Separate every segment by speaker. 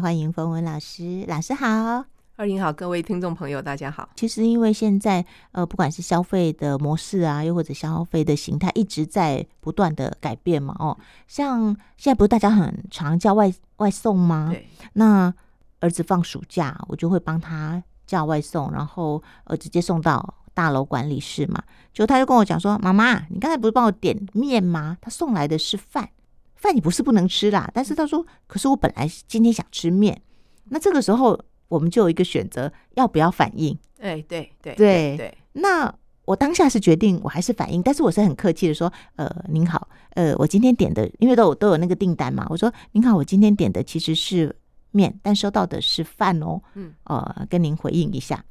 Speaker 1: 欢迎冯文老师，老师好。
Speaker 2: 二您好，各位听众朋友，大家好。
Speaker 1: 其实因为现在呃，不管是消费的模式啊，又或者消费的形态，一直在不断的改变嘛。哦，像现在不是大家很常叫外外送吗？
Speaker 2: 对，
Speaker 1: 那儿子放暑假，我就会帮他叫外送，然后呃直接送到大楼管理室嘛。就他就跟我讲说：“妈妈，你刚才不是帮我点面吗？他送来的是饭，饭你不是不能吃啦，但是他说，可是我本来今天想吃面。”那这个时候我们就有一个选择，要不要反应？
Speaker 2: 哎，对对
Speaker 1: 对
Speaker 2: 对，
Speaker 1: 那我当下是决定，我还是反应，但是我是很客气的说，呃，您好，呃，我今天点的，因为都有都有那个订单嘛，我说您好，我今天点的其实是面，但收到的是饭哦，
Speaker 2: 嗯，
Speaker 1: 呃，跟您回应一下。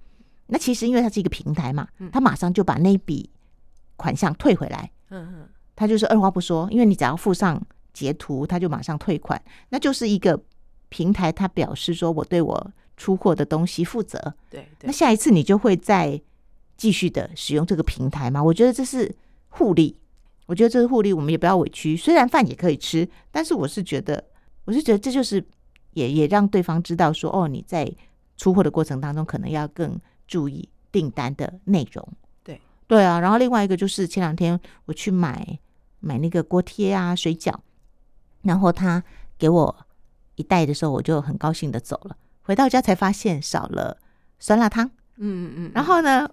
Speaker 1: 那其实因为它是一个平台嘛
Speaker 2: 嗯，
Speaker 1: 他马上就把那笔款项退回来，
Speaker 2: 嗯嗯，
Speaker 1: 他就是二话不说，因为你只要附上截图，他就马上退款，那就是一个平台，他表示说我对我出货的东西负责，
Speaker 2: 对对
Speaker 1: 那，下一次你就会再继续的使用这个平台吗？我觉得这是互利，我觉得这是互利，我们也不要委屈。虽然饭也可以吃，但是我是觉得，我是觉得这就是也也让对方知道说，哦，你在出货的过程当中，可能要更注意订单的内容。
Speaker 2: 对
Speaker 1: 对啊，然后另外一个就是前两天我去买买那个锅贴啊、水饺，然后他给我一袋的时候，我就很高兴的走了。回到家才发现少了酸辣汤，
Speaker 2: 嗯嗯嗯，
Speaker 1: 然后呢，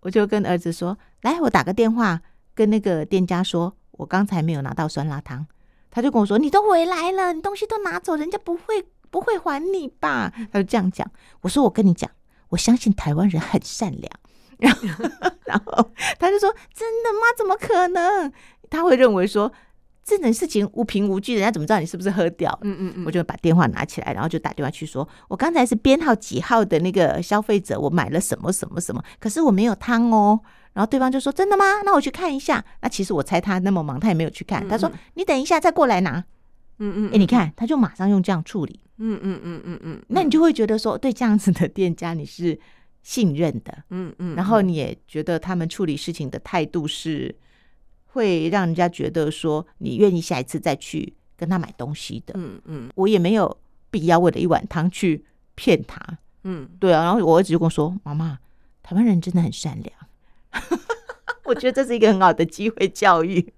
Speaker 1: 我就跟儿子说：“来，我打个电话跟那个店家说，我刚才没有拿到酸辣汤。”他就跟我说：“你都回来了，你东西都拿走，人家不会 不会还你吧？”他就这样讲。我说：“我跟你讲，我相信台湾人很善良。” 然后，然后他就说：“真的吗？怎么可能？”他会认为说这种事情无凭无据，人家怎么知道你是不是喝掉了？
Speaker 2: 嗯嗯嗯，
Speaker 1: 我就把电话拿起来，然后就打电话去说，我刚才是编号几号的那个消费者，我买了什么什么什么，可是我没有汤哦。然后对方就说：“真的吗？那我去看一下。”那其实我猜他那么忙，他也没有去看。
Speaker 2: 嗯
Speaker 1: 他说
Speaker 2: 嗯：“
Speaker 1: 你等一下再过来拿。
Speaker 2: 嗯嗯，
Speaker 1: 诶，你，看，他就马上用这样处理，
Speaker 2: 嗯嗯嗯嗯嗯，
Speaker 1: 那你就会觉得说，对这样子的店家你是信任的，
Speaker 2: 嗯嗯，
Speaker 1: 然后你也觉得他们处理事情的态度是会让人家觉得说，你愿意下一次再去跟他买东西的。
Speaker 2: 嗯嗯
Speaker 1: 我也没有必要为了一碗汤去骗他。
Speaker 2: 嗯，
Speaker 1: 对啊，然后我儿子就跟我说：“妈妈，台湾人真的很善良。” 我觉得这是一个很好的机会教育。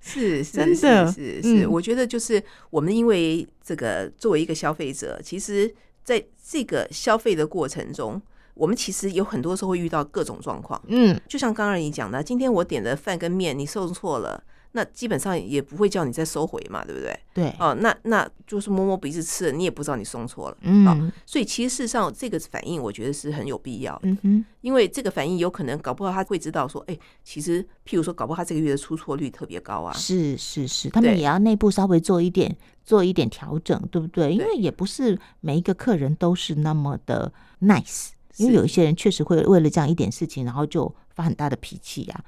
Speaker 2: 是是
Speaker 1: 真
Speaker 2: 是
Speaker 1: 的
Speaker 2: 是是，
Speaker 1: 嗯
Speaker 2: 我觉得就是我们因为这个作为一个消费者，其实在这个消费的过程中，我们其实有很多时候会遇到各种状况。
Speaker 1: 嗯，
Speaker 2: 就像刚刚你讲的，今天我点的饭跟面你送错了，那基本上也不会叫你再收回嘛，对不对？
Speaker 1: 对，
Speaker 2: 哦，那那就是摸摸鼻子吃了，你也不知道你送错了。
Speaker 1: 嗯
Speaker 2: 所以其实事实上，这个反应我觉得是很有必要的，
Speaker 1: 嗯哼，
Speaker 2: 因为这个反应有可能搞不好他会知道说，哎、其实譬如说，搞不好他这个月的出错率特别高啊。
Speaker 1: 是是是，他们也要内部稍微做一点做一点调整，对不对？因为也不是每一个客人都是那么的 nice，因为
Speaker 2: 是
Speaker 1: 有一些人确实会为了这样一点事情，然后就发很大的脾气呀、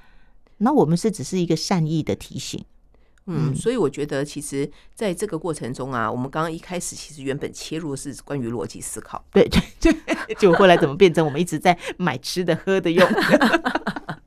Speaker 1: 那我们是只是一个善意的提醒，
Speaker 2: 嗯，所以我觉得其实在这个过程中啊，我们刚刚一开始其实原本切入的是关于逻辑思考。
Speaker 1: 对对对，就 后来怎么变成我们一直在买吃的、喝的、用 的？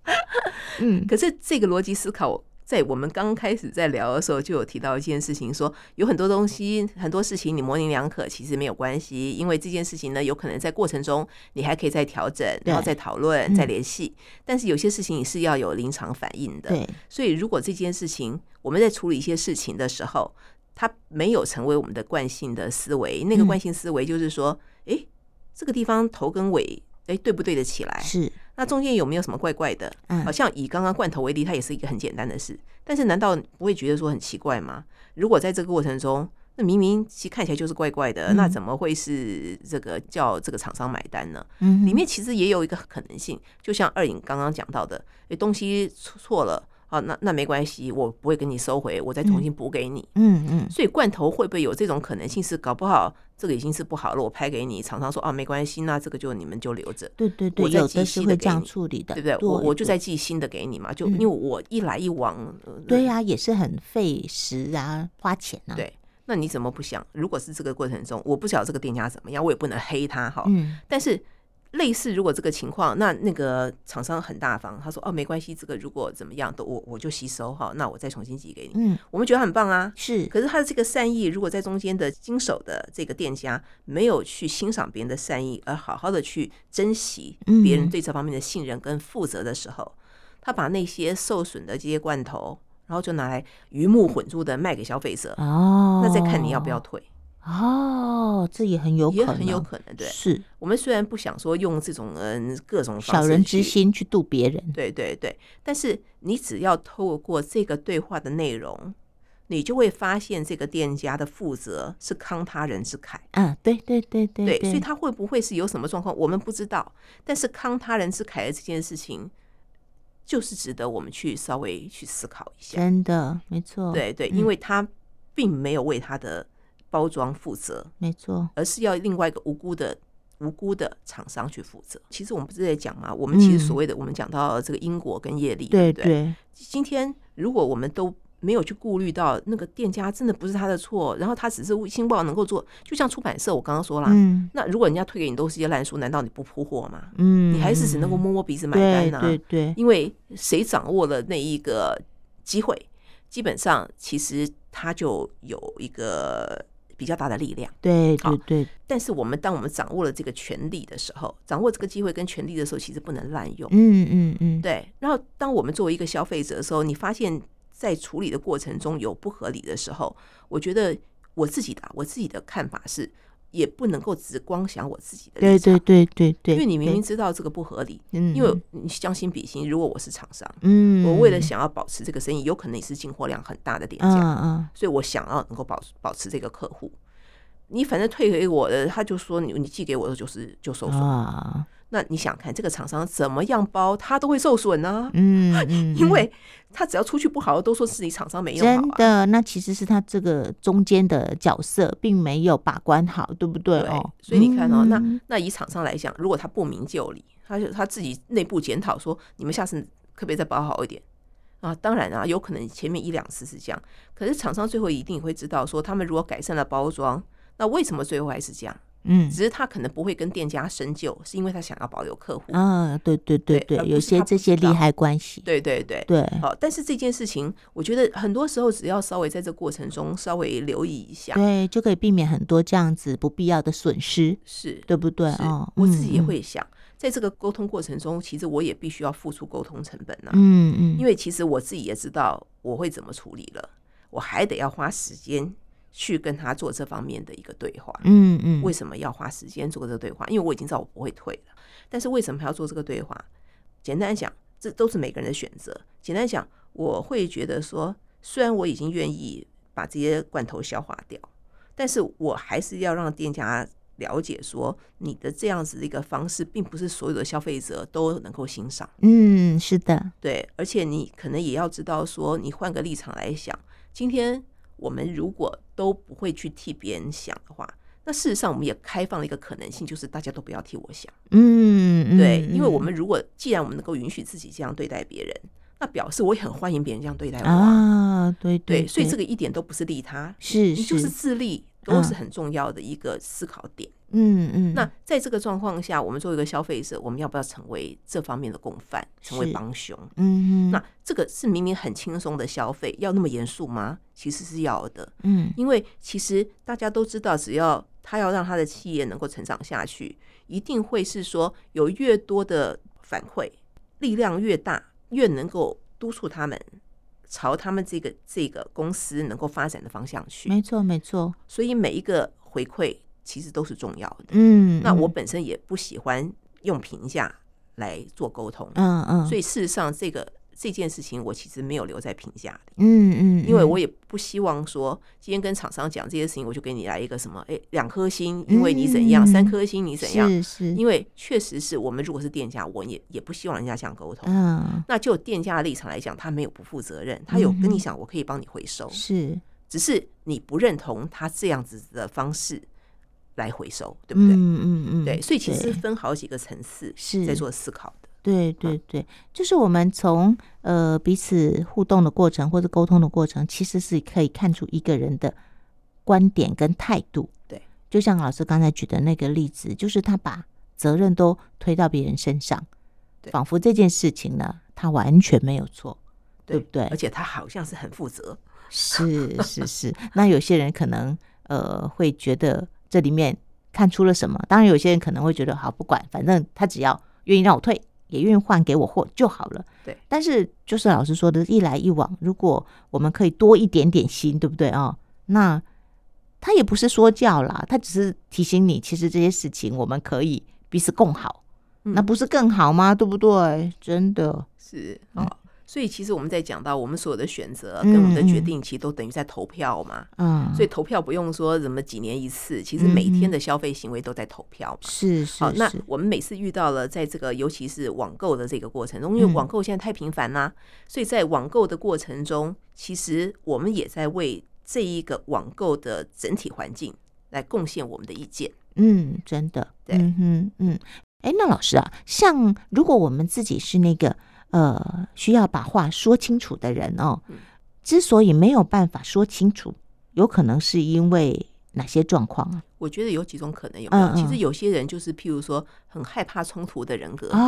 Speaker 1: 嗯，
Speaker 2: 可是这个逻辑思考，在我们刚开始在聊的时候就有提到一件事情说有很多东西、很多事情你模棱两可，其实没有关系，因为这件事情呢，有可能在过程中你还可以再调整，然后再讨论、
Speaker 1: 嗯
Speaker 2: 再联系。但是有些事情你是要有临场反应的，
Speaker 1: 对，
Speaker 2: 所以如果这件事情我们在处理一些事情的时候，它没有成为我们的惯性的思维，那个
Speaker 1: 嗯
Speaker 2: 惯性思维就是说，诶，这个地方头跟尾，诶，对不对得起来？
Speaker 1: 是，
Speaker 2: 那中间有没有什么怪怪的？
Speaker 1: 嗯
Speaker 2: 好，像以刚刚罐头为例，它也是一个很简单的事，但是难道不会觉得说很奇怪吗？如果在这个过程中，那明明其实看起来就是怪怪的，
Speaker 1: 嗯
Speaker 2: 那怎么会是这个叫这个厂商买单呢？
Speaker 1: 嗯
Speaker 2: 里面其实也有一个可能性，就像二颖刚刚讲到的，诶，东西出错了啊，那那没关系，我不会给你收回，我再重新补给你。
Speaker 1: 嗯嗯，
Speaker 2: 所以罐头会不会有这种可能性？是搞不好这个已经是不好了，我拍给你，厂商说啊没关系，那这个就你们就留着。
Speaker 1: 对对对，
Speaker 2: 我再
Speaker 1: 有
Speaker 2: 继
Speaker 1: 的
Speaker 2: 续
Speaker 1: 是
Speaker 2: 地
Speaker 1: 会
Speaker 2: 给
Speaker 1: 这样
Speaker 2: 你
Speaker 1: 处理的，
Speaker 2: 对不对？我我就
Speaker 1: 在
Speaker 2: 再寄新的给你嘛，就
Speaker 1: 嗯
Speaker 2: 因为我一来一往，呃
Speaker 1: 对呀、也是很费时啊，花钱啊，，
Speaker 2: 对，那你怎么不想？如果是这个过程中，我不晓得这个店家怎么样，我也不能黑他哈。
Speaker 1: 嗯
Speaker 2: 但是类似如果这个情况，那那个厂商很大方，他说哦没关系，这个如果怎么样都我我就吸收哈，那我再重新寄给你，
Speaker 1: 嗯，
Speaker 2: 我们觉得很棒啊。
Speaker 1: 是
Speaker 2: 可是他的这个善意，如果在中间的经手的这个店家没有去欣赏别人的善意，而好好的去珍惜
Speaker 1: 嗯
Speaker 2: 别人对这方面的信任跟负责的时候，他把那些受损的这些罐头，然后就拿来鱼目混珠的卖给消费者，
Speaker 1: 哦，
Speaker 2: 那再看你要不要退，
Speaker 1: 哦，这也很有可
Speaker 2: 也
Speaker 1: 能，
Speaker 2: 很有可能。对，
Speaker 1: 是
Speaker 2: 我们虽然不想说用这种嗯各种方
Speaker 1: 小
Speaker 2: 式
Speaker 1: 人之
Speaker 2: 去
Speaker 1: 心去度别人，
Speaker 2: 对对对，但是你只要透过这个对话的内容，你就会发现这个店家的负责是慷他人之慨。
Speaker 1: 啊，对对对对
Speaker 2: 对
Speaker 1: 对，，
Speaker 2: 所以他会不会是有什么状况，我们不知道。但是慷他人之慨的这件事情，就是值得我们去稍微去思考一下。
Speaker 1: 真的没错，，
Speaker 2: 对对，
Speaker 1: 嗯
Speaker 2: 因为他并没有为他的包装负责，
Speaker 1: 没错，
Speaker 2: 而是要另外一个无辜的、无辜的厂商去负责。其实我们不是在讲嘛，我们其实所谓的、我们讲到这个因果跟业力，
Speaker 1: 嗯对
Speaker 2: 不对？
Speaker 1: 对，
Speaker 2: 今天如果我们都没有去顾虑到那个店家真的不是他的错，然后他只是新报能够做，就像出版社，我刚刚说啦，
Speaker 1: 嗯
Speaker 2: 那如果人家推给你都是一些烂书，难道你不铺货吗？
Speaker 1: 嗯，
Speaker 2: 你还是只能够摸摸鼻子买单呢、
Speaker 1: 对对对，
Speaker 2: 因为谁掌握了那一个机会，基本上其实他就有一个比较大的力量。
Speaker 1: 对
Speaker 2: 好
Speaker 1: 对对，
Speaker 2: 但是我们当我们掌握了这个权利的时候，掌握这个机会跟权利的时候，其实不能滥用。
Speaker 1: 嗯嗯嗯，
Speaker 2: 对，然后当我们作为一个消费者的时候，你发现在处理的过程中有不合理的时候，我觉得我自己的我自己的看法是，也不能够只光想我自己的立
Speaker 1: 对
Speaker 2: 场
Speaker 1: 对，对对对，
Speaker 2: 因为你明
Speaker 1: 对
Speaker 2: 明，知道这个不合理，
Speaker 1: 嗯，
Speaker 2: 因为你将心比心，如果我是厂商，
Speaker 1: 嗯，
Speaker 2: 我为了想要保持这个生意，有可能也是进货量很大的店
Speaker 1: 嗯
Speaker 2: 家，
Speaker 1: 嗯，
Speaker 2: 所以我想要能够保保持这个客户。你反正退给我的，他就说你你寄给我的就是就受损。
Speaker 1: 啊，
Speaker 2: 那你想看这个厂商怎么样包，他都会受损呢、
Speaker 1: 嗯嗯，
Speaker 2: 因
Speaker 1: 嗯
Speaker 2: 为他只要出去不好，都说自己厂商没用
Speaker 1: 真
Speaker 2: 好啊。
Speaker 1: 的，那其实是他这个中间的角色并没有把关好，对不对？
Speaker 2: 对
Speaker 1: 哦，，
Speaker 2: 所以你看哦，那
Speaker 1: 嗯
Speaker 2: 那以厂商来讲，如果他不明就里，他就他自己内部检讨说，你们下次可不可以再保好一点啊？当然啊，有可能前面一两次是这样，可是厂商最后一定会知道说，他们如果改善了包装，那为什么最后还是这样？
Speaker 1: 嗯
Speaker 2: 只是他可能不会跟店家深究，是因为他想要保留客户。
Speaker 1: 啊，对对对
Speaker 2: 嗯对而
Speaker 1: 对，
Speaker 2: 不
Speaker 1: 有
Speaker 2: 是
Speaker 1: 些
Speaker 2: 他
Speaker 1: 这
Speaker 2: 不
Speaker 1: 些
Speaker 2: 知
Speaker 1: 利
Speaker 2: 道
Speaker 1: 害关系，
Speaker 2: 对对对。
Speaker 1: 对，
Speaker 2: 好，但是这件事情，我觉得很多时候只要稍微在这过程中稍微留意一下，
Speaker 1: 对，就可以避免很多这样子不必要的损失，
Speaker 2: 是
Speaker 1: 对不对？
Speaker 2: 是
Speaker 1: 哦，
Speaker 2: 我自己也
Speaker 1: 嗯，
Speaker 2: 会想，在这个沟通过程中，其实我也必须要付出沟通成本呢、
Speaker 1: 嗯嗯，
Speaker 2: 因
Speaker 1: 为
Speaker 2: 为其实我自己也知道我会怎么处理了，我还得要花时间去跟他做这方面的一个对话。
Speaker 1: 嗯嗯，
Speaker 2: 为什么要花时间做这个对话？因为我已经知道我不会退了，但是为什么还要做这个对话？简单讲，这都是每个人的选择。简单讲，我会觉得说，虽然我已经愿意把这些罐头消化掉，但是我还是要让店家了解说，你的这样子的一个方式，并不是所有的消费者都能够欣赏。
Speaker 1: 嗯，是的，
Speaker 2: 对，而且你可能也要知道说，你换个立场来想，今天我们如果都不会去替别人想的话，那事实上我们也开放了一个可能性，就是大家都不要替我想。
Speaker 1: 嗯，
Speaker 2: 对，
Speaker 1: 嗯
Speaker 2: 因为我
Speaker 1: 嗯
Speaker 2: 们如果既然我们能够允许自己这样对待别人，那表示我也很欢迎别人这样对待我啊。
Speaker 1: 啊，对
Speaker 2: 对，
Speaker 1: 对，
Speaker 2: 所以这
Speaker 1: 个
Speaker 2: 个一点都不是利他，
Speaker 1: 是
Speaker 2: 你就是是，自利，都是
Speaker 1: 嗯
Speaker 2: 很重要的一个思考点。
Speaker 1: 嗯嗯，
Speaker 2: 那在这个状况下，我们作为一个消费者，我们要不要成为这方面的共犯，成为
Speaker 1: 是
Speaker 2: 帮凶？
Speaker 1: 嗯哼
Speaker 2: 那这个是明明很轻松的消费，要那么严肃吗？其实是要的，
Speaker 1: 嗯
Speaker 2: 因为其实大家都知道，只要他要让他的企业能够成长下去，一定会是说有越多的反馈，力量越大，越能够督促他们朝他们这个这个公司能够发展的方向去。
Speaker 1: 没错没错，
Speaker 2: 所以每一个回馈其实都是重要的。
Speaker 1: 嗯，
Speaker 2: 那我
Speaker 1: 嗯
Speaker 2: 本身也不喜欢用评价来做沟通，
Speaker 1: 嗯嗯，
Speaker 2: 所
Speaker 1: 以
Speaker 2: 以事实上，这个这件事情我其实没有留在评价里，
Speaker 1: 嗯嗯，
Speaker 2: 因为
Speaker 1: 嗯
Speaker 2: 我也不希望说今天跟厂商讲这些事情，我就给你来一个什么，哎，两颗星，因为你怎样；
Speaker 1: 嗯
Speaker 2: 三颗星，你怎样？
Speaker 1: 是是，
Speaker 2: 因为确实是我们如果是店家，我也也不希望人家这样沟通。
Speaker 1: 嗯
Speaker 2: 那就店家的立场来讲，他没有不负责任，他有跟
Speaker 1: 嗯哼
Speaker 2: 你讲，我可以帮你回收，
Speaker 1: 是，
Speaker 2: 只是你不认同他这样子的方式来回收，对不对？
Speaker 1: 嗯嗯嗯，
Speaker 2: 对，所以其实
Speaker 1: 对
Speaker 2: 分好几个层次
Speaker 1: 是
Speaker 2: 在做思考的。
Speaker 1: 对对对，就是我们从呃彼此互动的过程或者沟通的过程，其实是可以看出一个人的观点跟态度。
Speaker 2: 对，
Speaker 1: 就像老师刚才举的那个例子，就是他把责任都推到别人身上，
Speaker 2: 对
Speaker 1: 仿佛这件事情呢，他完全没有错，对不对
Speaker 2: 而且他好像是很负责，
Speaker 1: 是是是，那有些人可能呃会觉得这里面看出了什么，当然有些人可能会觉得好不管，反正他只要愿意让我退，也愿意换给我货就好了。
Speaker 2: 对，
Speaker 1: 但是就是老师说的，一来一往，如果我们可以多一点点心，对不对哦？那他也不是说教啦，他只是提醒你，其实这些事情我们可以彼此共好，那
Speaker 2: 嗯
Speaker 1: 不是更好吗？对不对？真的，
Speaker 2: 是哦。所以其实我们在讲到我们所有的选择跟我们的决
Speaker 1: 嗯嗯嗯
Speaker 2: 定，其实都等于在投票嘛。
Speaker 1: 嗯，
Speaker 2: 所以投票不用说怎么几年一次，其实每
Speaker 1: 嗯
Speaker 2: 天
Speaker 1: 嗯
Speaker 2: 的消费行为都在投票嘛。
Speaker 1: 是是
Speaker 2: 好，那
Speaker 1: 是，
Speaker 2: 我们每次遇到了在这个，尤其是网购的这个过程中，因为
Speaker 1: 嗯
Speaker 2: 网购现在太频繁啦，所以在网购的过程中，其实我们也在为这一个网购的整体环境来贡献我们的意见。
Speaker 1: 嗯，真的，
Speaker 2: 对
Speaker 1: 嗯哼，嗯，哎，那老师啊，像如果我们自己是那个呃需要把话说清楚的人哦，
Speaker 2: 嗯
Speaker 1: 之所以没有办法说清楚，有可能是因为哪些状况啊？
Speaker 2: 我觉得有几种可能，有没有？
Speaker 1: 嗯嗯
Speaker 2: 其实有些人就是，譬如说很害怕冲突的人格。
Speaker 1: 啊，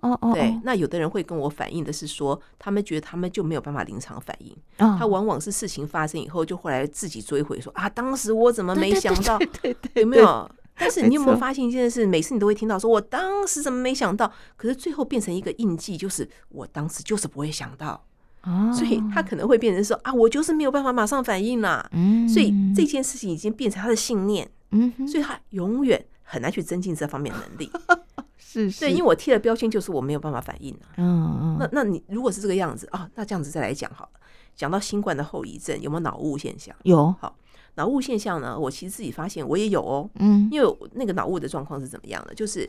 Speaker 1: 哦哦，
Speaker 2: 对
Speaker 1: 哦，，
Speaker 2: 那有的人会跟我反映的是说，他们觉得他们就没有办法临场反应，
Speaker 1: 哦
Speaker 2: 他往往是事情发生以后就会来自己追悔说啊，当时我怎么
Speaker 1: 对
Speaker 2: 没
Speaker 1: 对
Speaker 2: 想
Speaker 1: 对
Speaker 2: 到，
Speaker 1: 对对对
Speaker 2: 有没
Speaker 1: 对
Speaker 2: 有？但是
Speaker 1: 没
Speaker 2: 你有没有
Speaker 1: 错
Speaker 2: 发现一件事？每次你都会听到说，我当时怎么没想到？可是最后变成一个印记，就是我当时就是不会想到，
Speaker 1: 哦，
Speaker 2: 所以他可能会变成说啊，我就是没有办法马上反应啦。
Speaker 1: 嗯，
Speaker 2: 所以这件事情已经变成他的信念，
Speaker 1: 嗯哼，
Speaker 2: 所以他永远很难去增进这方面的能力。
Speaker 1: 是是，
Speaker 2: 对，因为
Speaker 1: 为
Speaker 2: 我贴了标签，就是我没有办法反应啊。
Speaker 1: 嗯
Speaker 2: 那
Speaker 1: 嗯
Speaker 2: 那你如果是这个样子啊，那这样子再来讲好了。讲到新冠的后遗症，有没有脑雾现象？
Speaker 1: 有
Speaker 2: 脑雾现象呢，我其实自己发现我也有哦。
Speaker 1: 嗯
Speaker 2: 因为我那个脑雾的状况是怎么样的？就是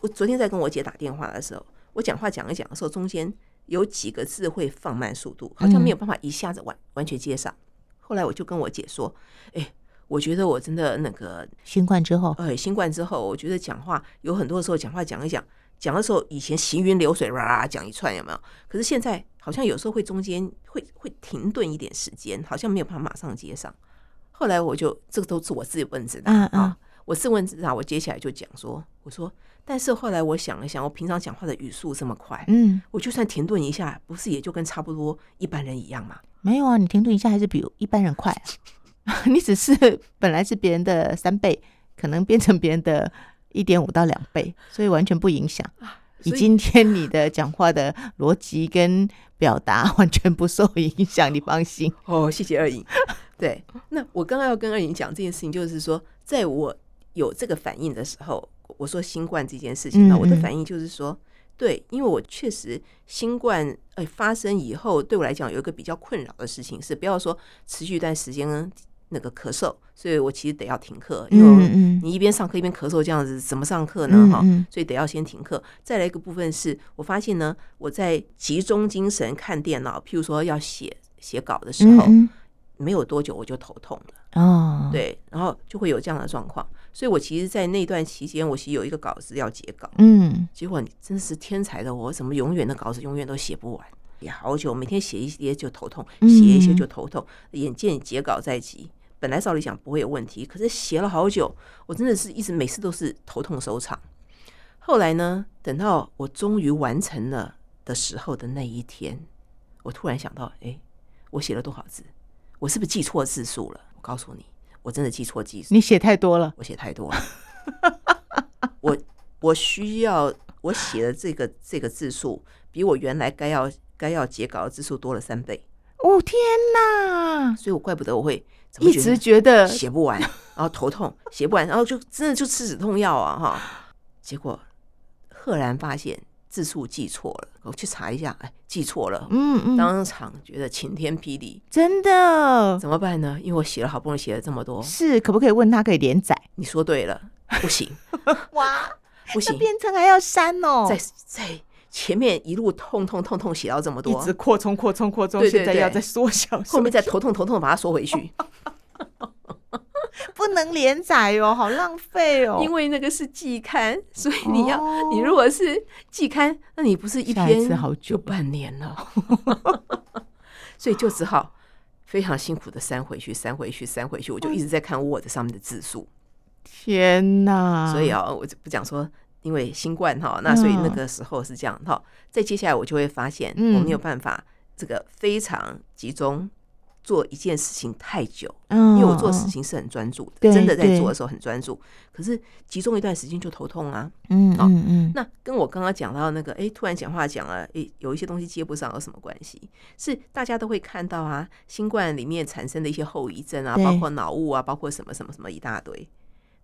Speaker 2: 我昨天在跟我姐打电话的时候，我讲话讲一讲的时候，中间有几个字会放慢速度，好像没有办法一下子完完全接上。后来我就跟我姐说：“哎、我觉得我真的那个
Speaker 1: 新冠之后
Speaker 2: 呃，新冠之后，我觉得讲话有很多的时候讲话讲一讲，讲的时候以前行云流水啦啦啦讲一串有没有？可是现在好像有时候会中间会会停顿一点时间，好像没有办法马上接上。后来我就这个都是我自己问自己
Speaker 1: 啊啊
Speaker 2: 啊，我自问自答，我接下来就讲说，我说，但是后来我想了想，我平常讲话的语速这么快，
Speaker 1: 嗯
Speaker 2: 我就算停顿一下，不是也就跟差不多一般人一样嘛？
Speaker 1: 没有啊，你停顿一下还是比一般人快啊、 你只是本来是别人的三倍，可能变成别人的一点五到两倍，所以完全不影响。以
Speaker 2: 啊所以
Speaker 1: 今天你的讲话的逻辑跟表达完全不受影响，你放 心。
Speaker 2: 哦，谢谢二 颖。对，那我刚刚要跟二颖讲这件事情，就是说，在我有这个反应的时候，我说新冠这件事情呢，
Speaker 1: 嗯
Speaker 2: 我的
Speaker 1: 嗯
Speaker 2: 反应就是说，对，因为我确实新冠呃发生以后，对我来讲有一个比较困扰的事情是，不要说持续一段时间那个咳嗽，所以我其实得要停课，因为
Speaker 1: 嗯
Speaker 2: 你一边上课一边咳嗽，这样子怎么上课呢？
Speaker 1: 嗯
Speaker 2: 哈、
Speaker 1: 嗯
Speaker 2: 所以得要先停课。再来一个部分是我发现呢，我在集中精神看电脑，譬如说要写写稿的时候，
Speaker 1: 嗯
Speaker 2: 没有多久我就头痛了，
Speaker 1: 嗯哦，，
Speaker 2: 对，然后就会有这样的状况。所以我其实，在那段期间，我其实有一个稿子要截稿，
Speaker 1: 嗯
Speaker 2: 结果你真是天才的我，我怎么永远的稿子永远都写不完？也好久，每天写一些就头痛，
Speaker 1: 嗯
Speaker 2: 写一些就头痛，眼见截稿在即。本来照理讲不会有问题，可是写了好久，我真的是一直每次都是头痛收场。后来呢，等到我终于完成了的时候的那一天，我突然想到，哎，我写了多少字？我是不是记错字数了？我告诉你，我真的记错字数。
Speaker 1: 你写太多了，
Speaker 2: 我写太多了，我我需要我写的这个这个字数，比我原来该要该要截稿的字数多了三倍，
Speaker 1: 哦天哪，
Speaker 2: 所以我怪不得我会怎么
Speaker 1: 一
Speaker 2: 觉
Speaker 1: 直
Speaker 2: 得
Speaker 1: 觉得
Speaker 2: 写不完，然后头痛，写不完，然后就真的就吃止痛药啊哈，结果赫然发现字数记错了，我去查一下，哎，记错了。
Speaker 1: 嗯嗯，
Speaker 2: 当场觉得晴天霹雳，
Speaker 1: 真的
Speaker 2: 怎么办呢？因为我写了好不容易写了这么多，
Speaker 1: 是可不可以问他可以连载？
Speaker 2: 你说对了，不行
Speaker 1: 哇，那
Speaker 2: 不行，
Speaker 1: 变成还要删哦，
Speaker 2: 在在前面一路痛痛痛痛写到这么
Speaker 1: 一
Speaker 2: 多
Speaker 1: 直，扩充扩充扩充，
Speaker 2: 对对
Speaker 1: 现在要
Speaker 2: 对
Speaker 1: 再缩小，
Speaker 2: 后面再头痛头痛地把它缩回去，
Speaker 1: 不能连载哦，好浪费哦。
Speaker 2: 因为那个是季刊，所以你要、
Speaker 1: 哦
Speaker 2: 你如果是季刊，那你不是一
Speaker 1: 下一
Speaker 2: 篇
Speaker 1: 次好久
Speaker 2: 就半年了， 所以就只好非常辛苦的删回去，删回去，删回去，我就一直在看 Word 上面的字数。
Speaker 1: 天哪！
Speaker 2: 所以啊，我就不讲说，因为新冠哈，那所以那
Speaker 1: 嗯
Speaker 2: 个时候是这样哈。再接下来我就会发现，
Speaker 1: 嗯
Speaker 2: 我没有办法这个非常集中做一件事情太久，
Speaker 1: 嗯，
Speaker 2: 因
Speaker 1: 因
Speaker 2: 为我做事，情是很专注的，
Speaker 1: 对
Speaker 2: 真的在
Speaker 1: 对
Speaker 2: 做的时候很专注。可是集中一段时间就头痛啊。
Speaker 1: 嗯
Speaker 2: 哦
Speaker 1: 嗯嗯，
Speaker 2: 那跟我刚刚讲到那个，哎，突然讲话讲了，哎，有一些东西接不上有什么关系？是大家都会看到啊，新冠里面产生的一些后遗症啊，
Speaker 1: 对
Speaker 2: 包括脑雾啊，包括什么什么什么一大堆。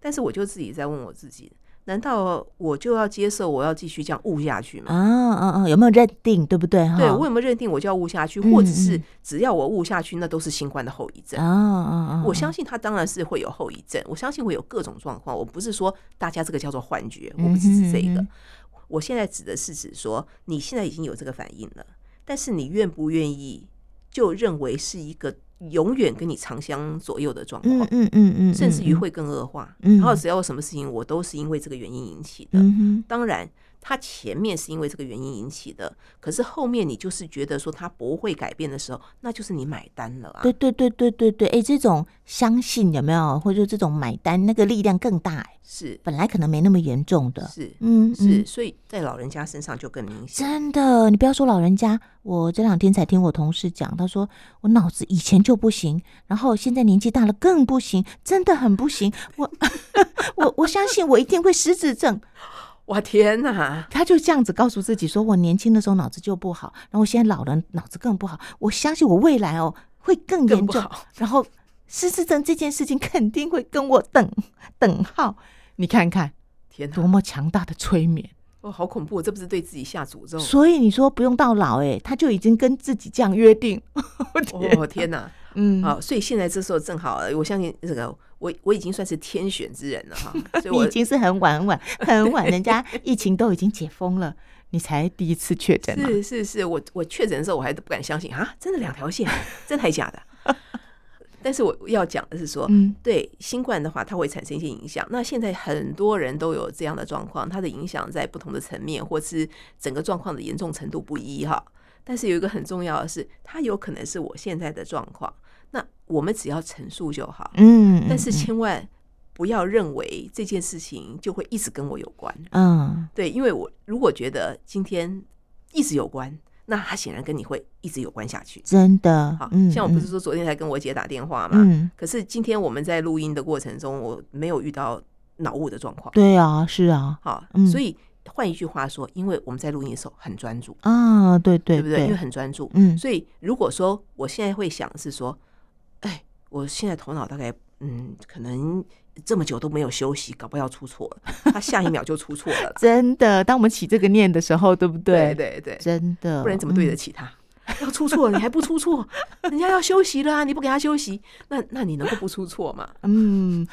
Speaker 2: 但是我就自己在问我自己，难道我就要接受我要继续这样悟下去吗？
Speaker 1: 啊啊啊，有没有认定对不对？哈
Speaker 2: 对我有没有认定我就要悟下去，
Speaker 1: 啊嗯
Speaker 2: 或者是
Speaker 1: 嗯
Speaker 2: 只要我悟下去，那都是新冠的后遗症
Speaker 1: 啊？啊啊，
Speaker 2: 我相信他当然是会有后遗症，我相信会有各种状况。我不是说大家这个叫做幻觉，我
Speaker 1: 嗯
Speaker 2: 不是指这
Speaker 1: 嗯
Speaker 2: 个
Speaker 1: 嗯。
Speaker 2: 我现在指的是指说，你现在已经有这个反应了，但是你愿不愿意就认为是一个永远跟你长相左右的状
Speaker 1: 嗯
Speaker 2: 况，
Speaker 1: 嗯嗯嗯，
Speaker 2: 甚至于
Speaker 1: 嗯，
Speaker 2: 会更恶化。
Speaker 1: 嗯
Speaker 2: 然后只要有什么事情，我都是因为这个原因引起的。
Speaker 1: 嗯
Speaker 2: 当然，它前面是因为这个原因引起的，可是后面你就是觉得说它不会改变的时候，那就是你买单了啊
Speaker 1: 哼，。对对对对对对，哎，这种相信有没有，或者这种买单，那个力量更大，哎
Speaker 2: 是
Speaker 1: 本来可能没那么严重的，
Speaker 2: 是。
Speaker 1: 嗯，嗯
Speaker 2: 是，所以在老人家身上就更明显。
Speaker 1: 真的，你不要说老人家，我这两天才听我同事讲，他说我脑子以前就不行，然后现在年纪大了更不行，真的很不行。我 我我相信我一定会失智症，
Speaker 2: 哇天哪！
Speaker 1: 他就这样子告诉自己说，我年轻的时候脑子就不好，然后我现在老了脑子更不好，我相信我未来哦会更
Speaker 2: 更
Speaker 1: 严
Speaker 2: 不
Speaker 1: 重，
Speaker 2: 好，
Speaker 1: 然后失智症这件事情肯定会跟我 等等号。你看看
Speaker 2: 天哪！
Speaker 1: 多么强大的催眠。
Speaker 2: 哦，好恐怖！这不是对自己下诅咒？
Speaker 1: 所以你说不用到老、欸，他就已经跟自己这样约定。
Speaker 2: 哦天哪！
Speaker 1: 嗯，
Speaker 2: 啊，所以现在这时候正好，我相信这个我我已经算是天选之人了哈。所以
Speaker 1: 你
Speaker 2: 我
Speaker 1: 已经是很晚很 晚很晚，人家疫情都已经解封了，你才第一次确诊嘛？
Speaker 2: 是是是，我我确诊的时候我还都不敢相信啊，真的两条线，真的还假的？ 但是我要讲的是说，
Speaker 1: 嗯，
Speaker 2: 对新冠的话，它会产生一些影响。那现在很多人都有这样的状况，它的影响在不同的层面，或是整个状况的严重程度不一哈。但是有一个很重要的是，它有可能是我现在的状况。那我们只要陈述就好，
Speaker 1: 嗯，
Speaker 2: 但是千万不要认为这件事情就会一直跟我有关。
Speaker 1: 嗯，
Speaker 2: 对，因为我如果觉得今天一直有关，那它显然跟你会一直有关下去。
Speaker 1: 真的
Speaker 2: 好，，
Speaker 1: 嗯，
Speaker 2: 像我不是说昨天才跟我姐打电话嘛，
Speaker 1: 嗯，
Speaker 2: 可是今天我们在录音的过程中，我没有遇到脑雾的状况。
Speaker 1: 对啊，是啊，
Speaker 2: 好
Speaker 1: 嗯，
Speaker 2: 所以换一句话说，因为我们在录音的时候很专注，
Speaker 1: 啊，对对
Speaker 2: 对不对？因为很专注，
Speaker 1: 嗯。
Speaker 2: 所以如果说我现在会想是说，哎，我现在头脑大概嗯，可能这么久都没有休息，搞不好要出错了，他下一秒就出错了啦
Speaker 1: 真的，当我们起这个念的时候，对不 对？嗯
Speaker 2: 对对，
Speaker 1: 真的，
Speaker 2: 不然怎么对得起他？要出错了，你还不出错，人家要休息了啊！你不给他休息，那那你能够不出错吗？
Speaker 1: 嗯？嗯，